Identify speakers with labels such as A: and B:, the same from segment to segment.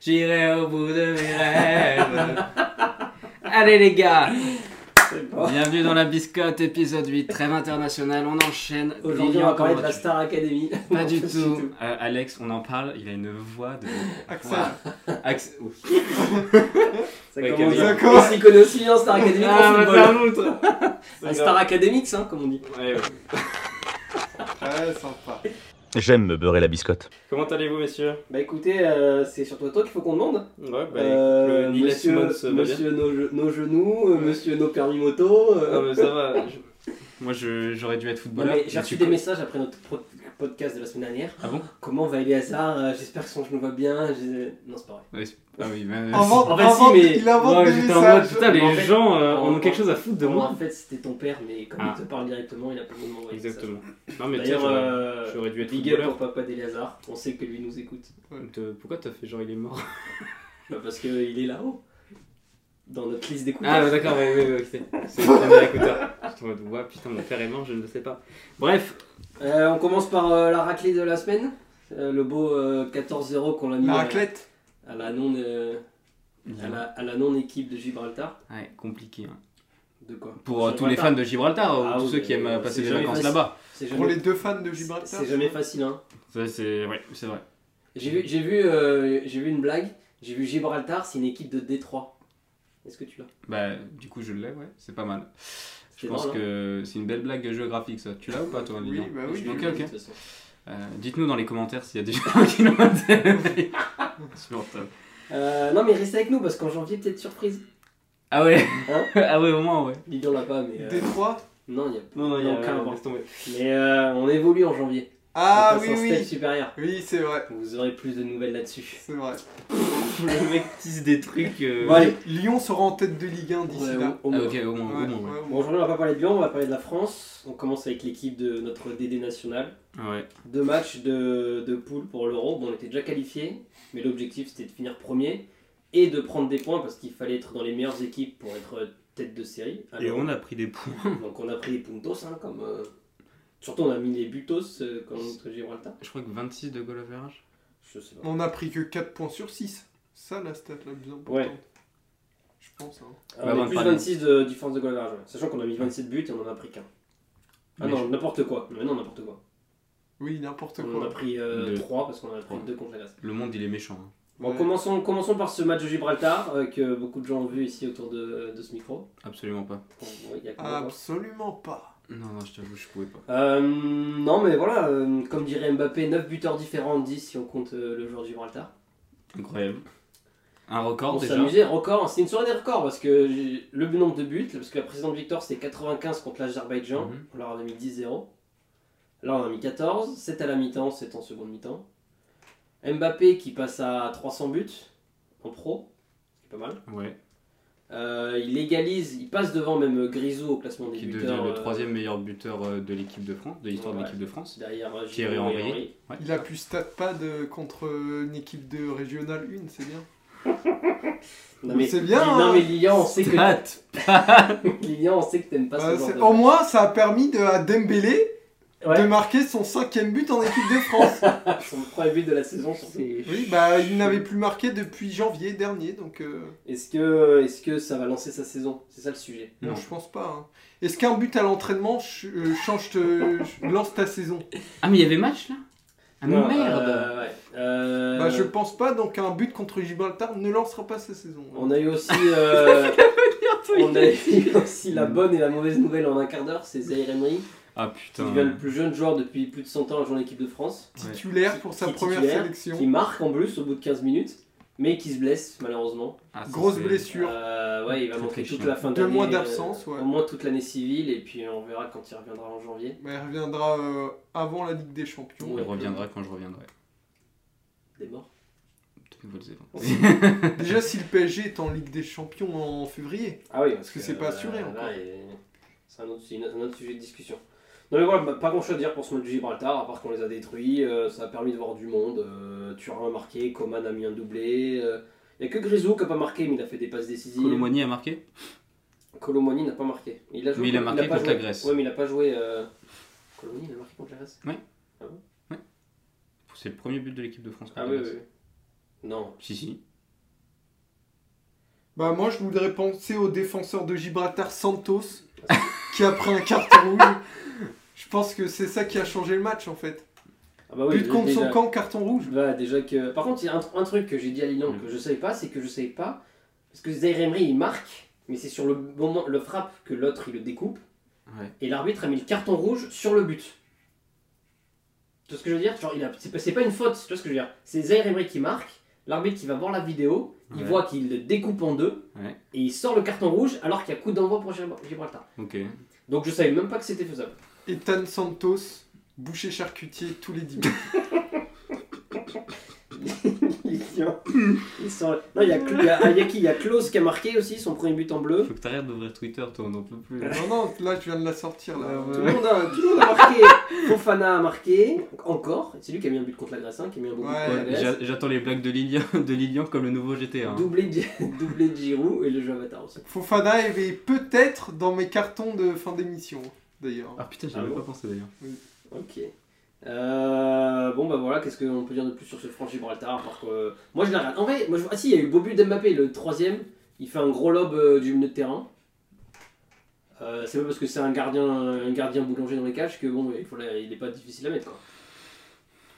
A: J'irai au bout de mes rêves. Allez les gars, bienvenue dans la biscotte, épisode 8, trêve internationale, on enchaîne.
B: Aujourd'hui, on
A: Vivian,
B: va parler de
A: comment
B: la
A: vas-tu
B: Star Academy.
A: Pas du
B: Pas du
A: tout.
B: tout.
A: Euh, Alex, on en parle, il a une voix de...
C: Axel.
A: Voilà. Ax- Ouh.
B: Ça
A: Ouais,
B: commence bien.
C: Camille. D'accord.
B: On s'y connaît aussi bien, Star Academy.
A: Ah,
B: qu'en
A: on va
B: football.
A: faire l'autre.
B: Un Ah, Star Academics, hein, comme on dit.
A: Ouais, ouais.
C: Ouais, sympa.
D: J'aime me beurrer la biscotte.
A: Comment allez-vous messieurs
B: Bah écoutez, euh, c'est surtout à toi qu'il faut qu'on demande.
A: Ouais, bah,
B: Euh,
A: le Niles
B: monsieur,
A: Mons va bien. Ah,
B: monsieur nos, je- nos genoux, euh, monsieur nos permis moto. euh.
A: Non, mais bah, ça va. je- Moi je- j'aurais dû être
B: Non,
A: footballeur.
B: mais j'ai
A: Je
B: reçu
A: suis
B: des
A: con-
B: messages après notre pro- podcast de la semaine dernière.
A: Ah bon
B: Comment va Eleazar Euh, J'espère que son genou va bien. j'ai- Non, c'est pas vrai.
A: Ouais, c'est- Ah oui, mais...
C: Invente,
B: En fait, si,
C: invente,
B: mais-
C: il invente
A: Ouais,
C: des
A: j'étais en mode,
C: messages.
A: putain, les
B: Mais en fait,
A: gens euh,
B: en-
A: ont quelque chose à foutre de
B: Non,
A: moi.
B: En fait, c'était ton père, mais comme
A: Ah.
B: il te parle directement, il a pas besoin de m'envoyer. de message.
A: Exactement. Non, mais tu sais,
B: D'ailleurs,
A: j'aurais
B: euh,
A: j'aurais dû être
B: big up
A: footballeur.
B: pour papa d'Eleazar. On sait que lui nous écoute.
A: Te- Pourquoi t'as fait genre il est mort
B: Bah parce qu'il est là-haut, dans notre liste d'écouteurs.
A: Ah, bah, d'accord, ouais, ouais, ouais, ok. C'est le premier écouteur. J'étais en mode, ouais, putain, mon père est mort, je ne le sais pas. Bref,
B: Euh, on commence par euh, la raclée de la semaine. Euh, le beau euh, 14-0 qu'on l'a mis
C: La
B: à-
C: raclette.
B: À, la non, euh, à, la, à la non-équipe de Gibraltar.
A: ouais, compliqué. hein.
B: De quoi
A: Pour euh, tous les fans
B: Gibraltar,
A: de Gibraltar,
B: Ah,
A: ou tous
B: oui,
A: ceux qui
B: mais
A: aiment euh,
B: c'est
A: passer des
B: jamais
A: vacances
B: facile.
A: là-bas.
B: C'est
C: Pour
B: jamais,
C: les deux fans de Gibraltar.
B: c'est jamais facile. Hein.
A: Ça, c'est. Ouais, c'est vrai.
B: J'ai vu, j'ai vu, euh, j'ai vu une blague. J'ai vu Gibraltar, c'est une équipe de Détroit. Est-ce que tu l'as
A: Bah, du coup, je l'ai, ouais, c'est pas mal. Je
B: C'était
A: pense
B: drôle, hein
A: que c'est une belle blague géographique, ça. Tu l'as ou pas, toi,
C: Oui,
A: Lilian
C: bah oui,
A: Ok,
C: je l'ai,
A: ok.
B: De toute façon.
A: Euh, Dites-nous dans les commentaires s'il y a des gens qui l'ont intérêt. Sur Tom.
B: Euh, non mais restez avec nous parce qu'en janvier peut-être surprise.
A: Ah ouais
B: Hein
A: Ah ouais, au moins, ouais.
B: Lilian l'a pas mais... euh,
C: Détroit.
B: Non, il y a
A: Non, non, il y
B: aucun
A: a
B: rapport.
A: laisse tomber.
B: Mais euh, on évolue en janvier.
C: Ah
B: on passe
C: oui,
B: un step
C: oui.
B: supérieur.
C: Oui, c'est vrai.
B: Vous aurez plus de nouvelles là-dessus.
C: C'est vrai.
A: Le mec tisse des trucs. euh,
B: Bon, allez.
C: Lyon sera en tête de Ligue 1 d'ici
B: Ouais,
C: là.
B: au- au
A: Ah,
B: moins.
A: ok, au moins,
C: Ouais,
A: au moins.
C: ouais, ouais.
B: Bon, aujourd'hui, on va pas parler de Lyon, on va parler de la France. On commence avec l'équipe de notre DD national.
A: Ouais. ouais.
B: Deux matchs de, de poule pour l'Euro. Bon, on était déjà qualifiés, mais l'objectif c'était de finir premier et de prendre des points parce qu'il fallait être dans les meilleures équipes pour être tête de série. à
A: Et
B: l'Euro.
A: on a pris des points.
B: Donc on a pris les puntos, hein, comme. euh, Surtout, on a mis les butos euh, contre Gibraltar.
A: Je crois que 26 de goal average.
B: Je sais pas.
C: On a pris que 4 points sur 6. Ça, la stat la plus importante.
B: Ouais.
C: Je pense. hein.
B: Alors,
A: avant de
B: on a plus
A: parler.
B: 26 de différence de goal average, ouais. sachant qu'on a mis 27 buts et on en a pris qu'un. Ah
A: Mais
B: non, n'importe quoi. Mais non, n'importe quoi.
C: Oui, n'importe
B: On en a
C: quoi.
B: pris
A: Deux.
B: 3 parce qu'on en a pris
A: Trois.
B: 2 contre la Grèce.
A: Le monde, il est méchant. hein.
B: Bon,
C: Ouais.
B: commençons, commençons par ce match de Gibraltar euh, que beaucoup de gens ont vu ici autour de, de ce micro.
A: Absolument pas.
B: Bon, ouais, il y a que moi, quoi.
C: Ah, Absolument pas.
A: Non, non, je t'avoue, je pouvais pas.
B: Euh, non, mais voilà, euh, comme dirait Mbappé, 9 buteurs différents, 10 si on compte euh, le joueur de Gibraltar.
A: Incroyable. Un record
B: On s'est
A: Ah, déjà.
B: amusé, record, hein, c'est une soirée des records parce que j'ai- le nombre de buts, parce que la précédente victoire c'était 95 contre l'Azerbaïdjan,
A: Mhm.
B: on leur a mis 10-0. Là on a mis 14, 7 à la mi-temps, 7 en seconde mi-temps. Mbappé qui passe à 300 buts en pro, c'est pas mal.
A: Ouais.
B: Euh, il égalise, il passe devant même Grisou au classement des
A: Qui
B: buteurs.
A: devient le
B: euh,
A: troisième meilleur buteur euh, de l'équipe de France, de l'histoire
B: Ouais.
A: de l'équipe de France.
B: derrière euh,
A: Thierry
B: Giroud et
A: Henry.
C: Il a pu StatPad euh, contre une équipe de régionale 1, c'est bien.
B: Non mais,
C: C'est bien,
B: Non
C: hein.
B: mais Lilian, on sait que
A: Stat
B: Lilian, on sait que t'aimes pas
C: Bah,
B: ce genre
C: c'est-
B: de.
C: au moins, ça a permis de, à Dembélé de
B: Ouais,
C: marquer son cinquième but en équipe de France.
B: son premier but de la saison. c'est-
C: Oui, bah il n'avait plus marqué depuis janvier dernier, donc euh,
B: Est-ce que, est-ce que ça va lancer sa saison C'est ça le sujet.
C: non,
A: Non.
C: je pense pas. hein. Est-ce qu'un but à l'entraînement ch- euh, change, te, ch- lance ta saison
A: Ah, mais il y avait match là Ah, mais
B: Non,
A: merde
B: euh, ouais. Euh,
C: Bah je pense pas, donc un but contre Gibraltar ne lancera pas sa saison.
B: On a eu aussi. euh, on a eu aussi
A: Hmm.
B: la bonne et la mauvaise nouvelle en un quart d'heure, c'est Zaire Emery,
A: Ah
B: qui
A: putain.
B: devient le plus jeune joueur depuis plus de 100 ans à jouer en équipe de France.
C: Titulaire pour sa
B: Qui-
C: première
B: titulaire,
C: sélection.
B: qui marque en plus au bout de 15 minutes, mais qui se blesse malheureusement.
A: Ah, ça,
C: Grosse
A: c'est-
C: blessure.
B: Euh, ouais, il va
A: Très,
B: manquer
A: très
B: toute
A: chiant.
B: la fin
C: Deux
B: d'année.
C: mois d'absence,
B: euh,
C: ouais.
B: Au moins toute l'année civile, et puis on verra quand il reviendra en janvier.
C: Bah, il reviendra euh, avant la Ligue des Champions.
A: Il reviendra quand je reviendrai.
B: Des morts.
A: Vous le savez.
C: Déjà si le PSG est en Ligue des Champions en février.
B: Ah oui,
C: Parce que c'est pas assuré
B: là,
C: encore.
B: et- C'est un autre, c'est une- un autre sujet de discussion. Non mais voilà, bah, pas grand chose à dire pour ce match de Gibraltar, à part qu'on les a détruits, euh, ça a permis de voir du monde. euh, Turin a marqué, Coman a mis un doublé. euh, Il n'y a que Grisou qui n'a pas marqué, mais il a fait des passes décisives.
A: Colomoni a marqué
B: Colomoni n'a pas marqué. Il a joué
A: Mais il a marqué
B: pas
A: contre
B: joué.
A: la Grèce.
B: Ouais, mais il a pas joué. Euh... Colomoni, il a marqué contre la Grèce.
A: C'est le premier but de l'équipe de France.
B: Ah
A: contre
B: oui,
A: la
B: oui.
A: Grèce.
B: oui. Non.
A: Si, si.
C: Bah moi je voudrais penser au défenseur de Gibraltar Santos qui a pris un carton rouge. Je pense que c'est ça qui a changé le match en fait.
B: Ah bah
C: But contre
B: déjà-
C: son camp, carton rouge.
B: Bah, déjà que... Par contre, il y a un, un truc que j'ai dit à Lilian
A: Mm.
B: que je savais pas, c'est que je savais pas. Parce que Zaire Emery, il marque, mais c'est sur le moment, le frappe que l'autre il le découpe.
A: Ouais.
B: Et l'arbitre a mis le carton rouge sur le but. Tu vois ce que je veux dire Genre, il a- c'est, pas- c'est pas une faute, tu vois ce que je veux dire C'est Zaire Emery qui marque, l'arbitre qui va voir la vidéo, il
A: Ouais.
B: voit qu'il le découpe en deux,
A: Ouais.
B: et il sort le carton rouge alors qu'il y a coup d'envoi pour Gibral- Gibraltar.
A: Ok.
B: Donc je savais même pas que c'était faisable.
C: Ethan Santos, boucher charcutier tous les 10 minutes.
B: Lilian. Ils sont- Non, il y a, Cl- il y a- il y a qui Il y a Klaus qui a marqué aussi son premier but en bleu.
A: Faut que t'arrêtes d'ouvrir Twitter, toi, on n'en peut plus.
C: non non, là je viens de la sortir là.
B: Tout le monde a, tout le monde a marqué. Fofana a marqué encore. C'est lui qui a mis un but contre la Grèce, hein, qui a mis un beau but
C: Ouais.
B: contre la
A: Ouais,
B: Grèce.
A: j'a- J'attends les blagues de Lilian, de Lilian comme le nouveau GTA. hein.
B: Doublé de, doublé de Giroud et le jeu Avatar aussi.
C: Fofana est peut-être dans mes cartons de fin d'émission d'ailleurs. Euh,
A: Ah putain, j'y
B: Ah
A: avais
B: bon
A: pas pensé d'ailleurs.
B: Ok. Euh, bon bah voilà, qu'est-ce qu'on peut dire de plus sur ce franc Gibraltar à part que, euh, Moi je la regarde. En vrai, moi, je... ah si, il y a eu le beau but d'Mbappé, le troisième. Il fait un gros lob euh, du milieu de terrain. Euh, c'est pas parce que c'est un gardien, un gardien boulanger dans les cages que bon, il, faut la- il est pas difficile à mettre quoi.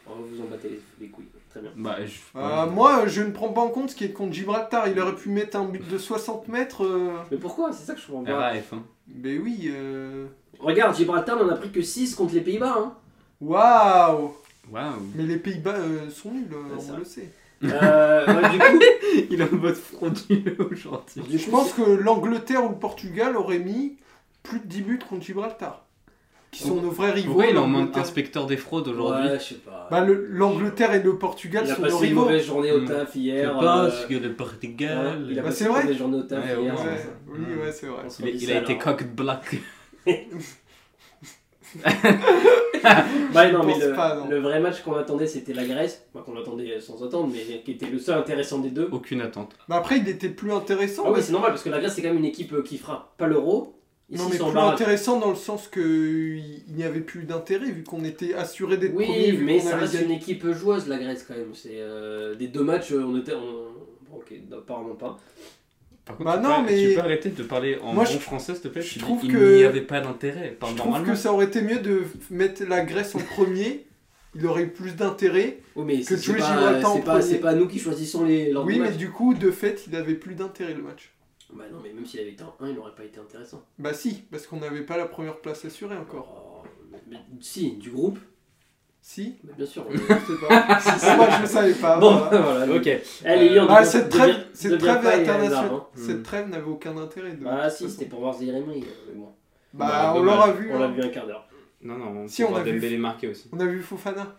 B: On va vous en battez les, les couilles. Très bien.
A: Bah, je.
C: Euh, moi je ne prends pas en compte ce qui est contre Gibraltar. Il aurait pu mettre un but de 60 mètres. euh,
B: Mais pourquoi C'est ça que je comprends pas.
A: RAF, hein.
C: Mais oui. euh,
B: Regarde, Gibraltar n'en a pris que 6 contre les Pays-Bas. Hein.
C: Waouh
A: Waouh.
C: Mais les Pays-Bas euh, sont nuls, euh,
B: ça.
C: on le sait.
B: Euh, ouais, du coup,
A: Il a un mode frauduleux aujourd'hui.
B: du
C: Je
B: coup,
C: pense que l'Angleterre ou le Portugal auraient mis plus de 10 buts contre Gibraltar, qui sont nos vrais rivaux.
A: Pourquoi il en manque
C: l'Angleterre.
A: inspecteur des fraudes aujourd'hui
B: Ouais, je sais pas.
C: Bah, le- L'Angleterre et le Portugal
B: il a
C: sont nos
B: passé une
C: rivaux.
B: mauvaise journée au
A: Mm.
B: taf
A: Je
B: hier.
A: pense
B: euh,
A: que le
B: ouais,
A: Portugal.
B: il a
C: Bah,
B: passé
C: c'est
B: une
C: vrai.
B: mauvaise journée au taf
A: Ouais, au
B: hier. hein.
A: moins,
B: c'est
C: Ouais,
B: ça.
C: Oui, ouais, c'est vrai.
B: On se
A: Il,
B: redit
A: il
B: ça, hein.
A: a été
B: alors.
A: cock block.
B: Bah,
C: Je
B: non, mais
C: pense
B: le,
C: pas, non.
B: le vrai match qu'on attendait, c'était la Grèce. Enfin, qu'on attendait sans attendre, mais qui était le seul intéressant des deux.
A: Aucune attente.
C: Mais Bah, après, il était plus intéressant.
B: Ah oui,
C: mais-
B: c'est normal parce que la Grèce, c'est quand même une équipe euh, qui fera pas l'euro. Ici,
C: non,
B: ils
C: mais
B: sont
C: plus
B: en barrage.
C: intéressant dans le sens que il il n'y avait plus d'intérêt, vu qu'on était assuré d'être premier,
B: Oui,
C: vu
B: mais
C: qu'on
B: ça
C: avait
B: reste
C: gagné.
B: une équipe joueuse, la Grèce, quand même. C'est euh, des deux matchs, euh, on était. on- bon, Ok, apparemment pas.
A: Par
C: Bah
A: tu
C: non,
A: peux-
C: mais-
A: Tu peux arrêter de parler en
C: Moi,
A: bon
C: je-
A: français, s'il te plaît
C: je
A: Tu dis,
C: trouve
A: il
C: que-
A: n'y avait pas d'intérêt.
B: hein,
A: Parle
C: Je trouve
A: normalement.
C: que ça aurait été mieux de mettre la Grèce en premier. Il aurait eu plus d'intérêt.
B: Oui, Oh, mais
C: Que
B: c'est c'est
C: Dre
B: pas,
C: Gibraltar en
B: c'est pas,
C: premier.
B: c'est pas nous qui choisissons les leurs
C: Oui,
B: matchs.
C: mais du coup, de fait, il avait plus d'intérêt le match.
B: Bah non, mais même s'il avait été en 1, il n'aurait pas été intéressant.
C: Bah si, parce qu'on n'avait pas la première place assurée encore.
B: Oh, mais- mais si, du groupe,
C: Si
B: bah bien sûr.
C: Je sais pas. Ah, Moi, je savais pas.
B: bon,
C: voilà.
B: voilà.
A: Ok.
B: Allez, Lyon,
C: Ah,
B: deviens-
C: cette
B: deviens-
C: trêve, cette
B: deviens
C: trêve
B: pas et
C: internationale,
B: hasard, hein.
A: Mm.
C: cette trêve n'avait aucun intérêt. de
B: Bah
C: toute
B: si,
C: façon.
B: c'était pour voir Zaire Emery, mais bon.
C: Bah,
A: Bah,
C: on
A: dommage.
C: l'aura vu.
B: On l'a
C: hein.
B: vu un quart d'heure.
A: Non, non, on
C: Si, on
A: pourra
C: a vu.
A: Dembélé marquer aussi.
C: On a vu Fofana.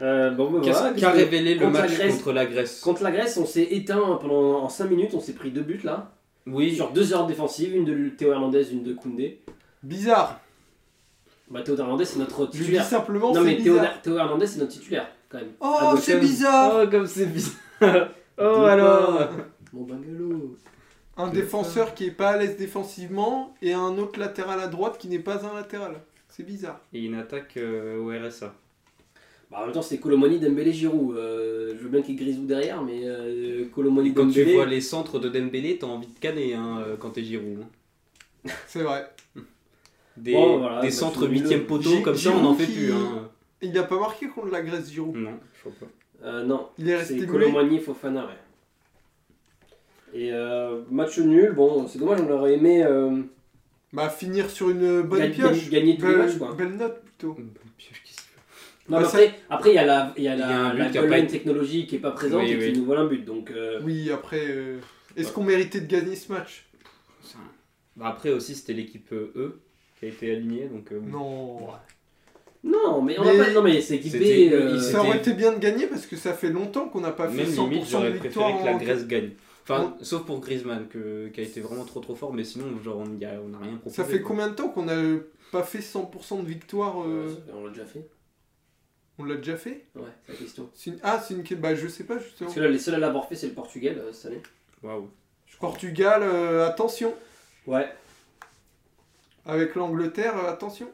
B: Euh, bon, bah, voilà.
A: Qu'a qu'a
B: qu'est-ce que-
A: révélé le
B: contre la
A: match
B: Grèce-
A: contre la Grèce
B: Contre la Grèce, on s'est éteint pendant en 5 minutes, on s'est pris deux buts là.
A: Oui,
B: Sur deux heures défensives, une de Théo Hernandez, une de Koundé.
C: Bizarre.
B: Bah Théo Hernandez, c'est notre
C: Je dis
B: titulaire.
C: simplement,
B: Non
C: c'est
B: mais Théo
C: bizarre.
B: Théo Hernandez, c'est notre titulaire quand même.
C: Oh, c'est
B: Agotem.
C: bizarre.
A: Oh, comme c'est bizarre Oh,
B: Dis
A: alors
B: pas. Mon bungalow
C: Un défenseur qui est pas à l'aise défensivement et un autre latéral à droite qui n'est pas un latéral. C'est bizarre.
A: Et une attaque euh, au RSA.
B: Bah en même temps c'est Colomoni, Dembélé, Giroud. Euh, je veux bien qu'il y ait Grisou derrière mais euh, Colomoni,
A: Et quand tu
B: Dembélé...
A: vois les centres de Dembélé, t'as envie de canner hein, euh, quand t'es Giroud. hein.
C: C'est vrai.
A: Des,
B: Bon,
C: Oh,
B: voilà,
A: des
B: bah,
A: centres
B: fini-le.
A: huitième poteau,
C: Gi-
A: comme ça, on n'en fait
C: Giroud
A: plus.
C: qui-
A: hein.
C: Il n'a pas marqué contre la Grèce, Giroud.
A: Non, je crois pas.
B: Euh, non,
C: Il est resté
B: c'est
C: muet.
B: Colomoni, Fofana, ouais. Et euh, match nul, bon c'est dommage, on aurait aimé euh,
C: Bah, finir sur une bonne
B: Gagne-
C: pioche.
B: gagner tous les
C: belle,
B: matchs, quoi.
C: belle note plutôt.
A: bah, Pioche qui se fait.
B: Non,
C: Bah,
B: mais
C: ça-
B: après, après, il y a la, il y a la,
A: Il y a un but
B: la
A: qui a
B: goal
A: pas
B: line
A: été-
B: technologie qui est pas présente
A: Oui,
B: et
A: oui.
B: qui nous vole un but. Donc, euh,
C: Oui, après, euh, est-ce qu'on méritait de gagner ce match
A: Ça- Bah, après aussi, c'était l'équipe euh, E qui a été alignée, donc... euh,
C: Non.
B: non, mais on
C: Mais-
B: a pas. Non, mais c'est équipé.
A: C'était-
B: euh,
A: il s'est-
C: Ça aurait été bien de gagner parce que ça fait longtemps qu'on n'a pas fait
A: Même
C: 100%
A: limite,
C: de
A: j'aurais
C: victoire.
A: préféré que la
C: en-
A: Grèce gagne. Enfin, sauf pour Griezmann, que, qui a été vraiment trop trop fort, mais sinon, genre, on y a- on n'a rien proposé.
C: Ça fait
A: quoi.
C: combien de temps qu'on n'a pas fait 100% de victoire euh,
B: On l'a déjà fait.
C: On l'a déjà fait
B: Ouais, c'est la question.
C: C'est une- Ah, c'est une. Bah, je sais pas justement.
B: Parce que là, les seuls à l'avoir fait, c'est le Portugal euh, cette année.
A: Waouh.
C: Portugal, euh, attention.
B: Ouais.
C: Avec l'Angleterre, euh, attention.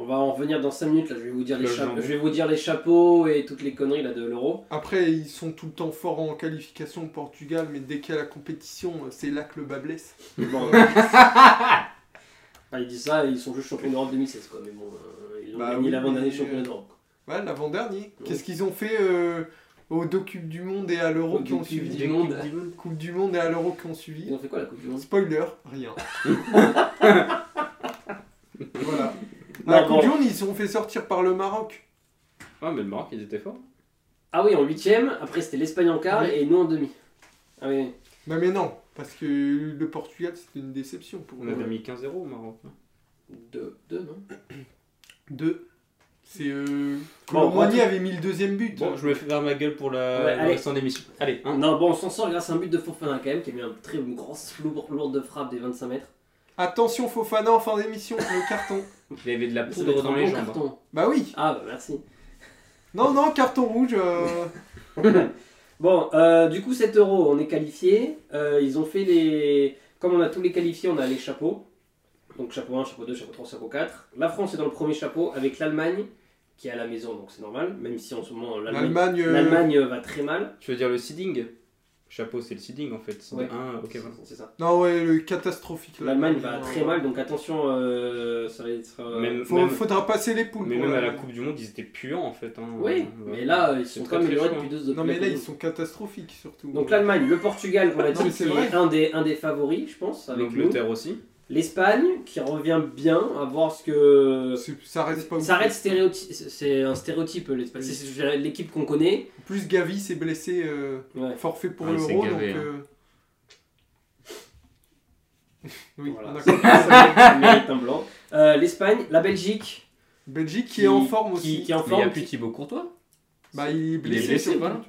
B: On va en venir dans 5 minutes, là, je vais vous dire, les,
A: Le
B: cha-
A: jambon.
B: je vais vous dire les chapeaux et toutes les conneries là, de l'euro.
C: Après, ils sont tout le temps forts en qualification au Portugal, mais dès qu'il y a la compétition, euh, c'est là que le bas blesse. Bon, euh,
B: Enfin, ils disent ah, ça, et ils sont juste champions d'Europe 2016, quoi. Mais bon, euh, ils ont
C: Bah
B: gagné
C: oui,
B: l'avant-dernier
C: mais-
B: championnat d'Europe. quoi.
C: ouais, l'avant-dernier. Qu'est-ce qu'ils ont fait euh, aux deux Coupes du Monde et à l'Euro
B: Aux
C: qui ont
B: deux
C: suivi
B: Coupes du Monde.
C: Coupe du Monde et à l'Euro qui ont suivi.
B: Ils ont fait quoi la Coupe du Monde
C: Spoiler, rien. voilà. À la
B: Non,
C: Coupe
B: bon.
C: du Monde, ils se sont fait sortir par le Maroc.
A: Ouais, Ah, mais le Maroc, ils étaient forts.
B: Ah oui, en 8ème, après c'était l'Espagne en quart
C: Oui.
B: et nous en demi. Ah oui,
C: Bah mais non, parce que le Portugal, c'était une déception pour
A: On
C: eux.
A: avait mis 15-0 au Maroc.
B: deux, deux non
C: Deux. C'est... Euh...
B: Bon,
C: Colomboigny avait mis le deuxième but.
A: Bon, je me fais vers ma gueule pour la...
B: Ouais,
A: le
B: allez.
A: reste en émission. Allez, hein.
B: Non, bon, on s'en sort grâce à un but de Fofana quand même, qui a mis un très, une grosse flou- lourde de frappe des 25 mètres.
C: Attention Fofana en fin d'émission, le carton.
A: Il avait de la
B: Ça doit
A: poudre
B: être
A: dans
B: un
A: les
B: bon
A: jambes.
B: carton.
C: Bah oui.
B: Ah bah merci.
C: Non, non, carton rouge. euh,
B: Bon, euh, du coup, 7 euros, on est qualifié. Euh, ils ont fait les. Comme on a tous les qualifiés, on a les chapeaux. Donc chapeau 1, chapeau 2, chapeau 3, chapeau 4. La France est dans le premier chapeau avec l'Allemagne, qui est à la maison, donc c'est normal, même si en ce moment l'Allemagne
C: L'Allemagne... euh,
B: l'Allemagne va très mal.
A: Tu veux dire le seeding Chapeau, c'est le seeding en fait. C'est
B: Ouais.
A: un, ok, voilà.
B: C'est ça.
C: Non, ouais, le catastrophique. là.
B: L'Allemagne va très mal, donc attention, euh, ça va être. euh,
A: Même,
C: Faut-
A: même-
C: Faudra passer les poules.
A: mais
C: pour
A: même à la
C: l'Allemagne.
A: Coupe du Monde, ils étaient puants en fait. hein.
B: Oui,
A: Voilà.
B: mais là, ils
A: C'est
B: sont
A: très,
B: pas
A: très
B: améliorés
A: chaud,
B: depuis
A: hein.
B: deux
C: Non mais là, ils sont catastrophiques surtout.
B: Donc l'Allemagne, le Portugal, qu'on a
C: Non,
B: dit,
C: mais c'est
B: qui
C: vrai.
B: est un des, un des favoris, je pense, avec nous.
A: L'Angleterre aussi.
B: L'Espagne, qui revient bien, à voir ce que.
C: C'est- ça reste pas
B: Ça
C: ouf.
B: reste stéréotype, c'est un stéréotype l'Espagne. C'est- C'est l'équipe qu'on connaît.
C: En Plus Gavi s'est blessé, euh,
B: Ouais.
C: forfait pour
A: Ah, il s'est
C: l'euro, donc.
A: gavé, hein.
C: euh, oui,
B: Voilà.
C: on a compris ça.
B: Ça mérite un blanc. Euh, L'Espagne, la Belgique,
C: Belgique qui est en forme
B: qui-
C: aussi.
B: qui est en
A: Mais il n'y a
B: forme.
A: plus Thibaut Courtois.
C: Bah, il est blessé,
A: blessé,
C: surtout.
A: voilà.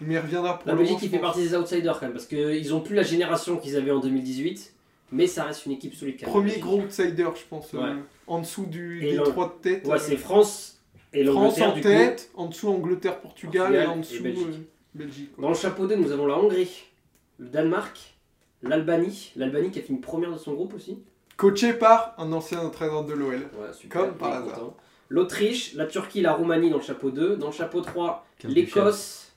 C: Mais il reviendra pour
B: La
C: l'Euro,
B: Belgique,
C: je
B: qui fait
C: pense.
B: partie des outsiders quand même, parce qu'ils ont plus la génération qu'ils avaient en 2018, mais ça reste une équipe solide. quand même.
C: Premier gros outsider, je pense. euh,
B: Ouais.
C: en dessous du,
B: Et
C: des
B: l'Ang-
C: trois de tête.
B: Ouais,
C: euh,
B: c'est France et
C: France
B: l'Angleterre
C: en
B: du coup.
C: tête, en dessous Angleterre, Portugal,
B: Portugal
C: et en
B: et
C: dessous euh, Belgique.
B: Belgique. Dans le chapeau 2, nous avons la Hongrie, le Danemark, l'Albanie, l'Albanie qui a fini première de son groupe aussi.
C: Coaché par un ancien entraîneur de l'OL.
B: Ouais, super,
C: Comme par
B: on est
C: hasard.
B: content. L'Autriche, la Turquie, la Roumanie dans le chapeau 2. Dans le chapeau 3,
A: Quinte du chef.
B: l'Écosse,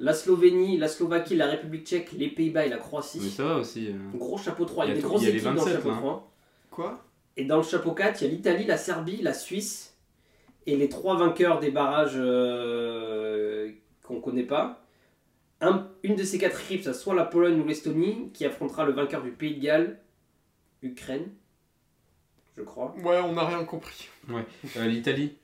B: la Slovénie, la Slovaquie, la République tchèque, les Pays-Bas et la Croatie.
A: Mais ça va aussi. euh.
B: Gros chapeau 3, il y a
A: Il y
B: des
A: a tout-
B: grosses
A: il y a les
B: équipes dans le
A: 27,
B: chapeau
A: là. hein.
B: 3.
C: Quoi
B: Et dans le chapeau 4, il y a l'Italie, la Serbie, la Suisse et les trois vainqueurs des barrages euh, qu'on connaît pas. Un- une de ces quatre équipes, ça soit la Pologne ou l'Estonie, qui affrontera le vainqueur du Pays de Galles, Ukraine, je crois.
C: Ouais, on n'a rien compris.
A: Euh, L'Italie.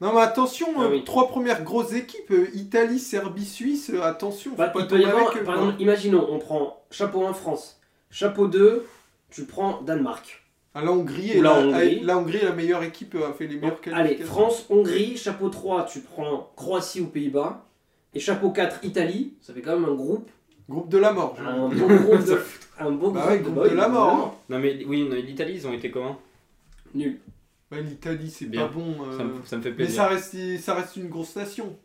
C: Non mais attention,
B: Ah
C: euh,
B: oui.
C: trois premières grosses équipes, euh, Italie, Serbie, Suisse, euh, attention, faut
B: Bah,
C: pas
B: il peut y
C: tomber
B: avoir-
C: avec euh, eux,
B: par
C: quoi.
B: exemple, imaginons, on prend chapeau 1 France, chapeau 2, tu prends Danemark.
C: Ah, la Hongrie,
B: Ou
C: est
B: la
C: la,
B: Hongrie.
C: ah, la Hongrie est la meilleure équipe, euh, a fait les meilleures
B: Allez,
C: qualifications.
B: France, Hongrie, chapeau 3, tu prends Croatie ou Pays-Bas. Et chapeau 4, Italie, ça fait quand même un groupe.
C: Groupe de la mort. je-
B: Un beau groupe de, un beau
C: Bah
B: groupe
C: ouais,
B: de,
C: groupe
B: boys,
C: de la mort, hein.
B: vraiment.
A: Non, mais oui, non, l'Italie, ils ont été comment
B: Nul.
C: Bah, L'Italie, c'est
A: Bien.
C: pas bon. euh,
A: ça, me, ça me fait
C: mais
A: plaisir.
C: ça reste, ça reste une grosse nation.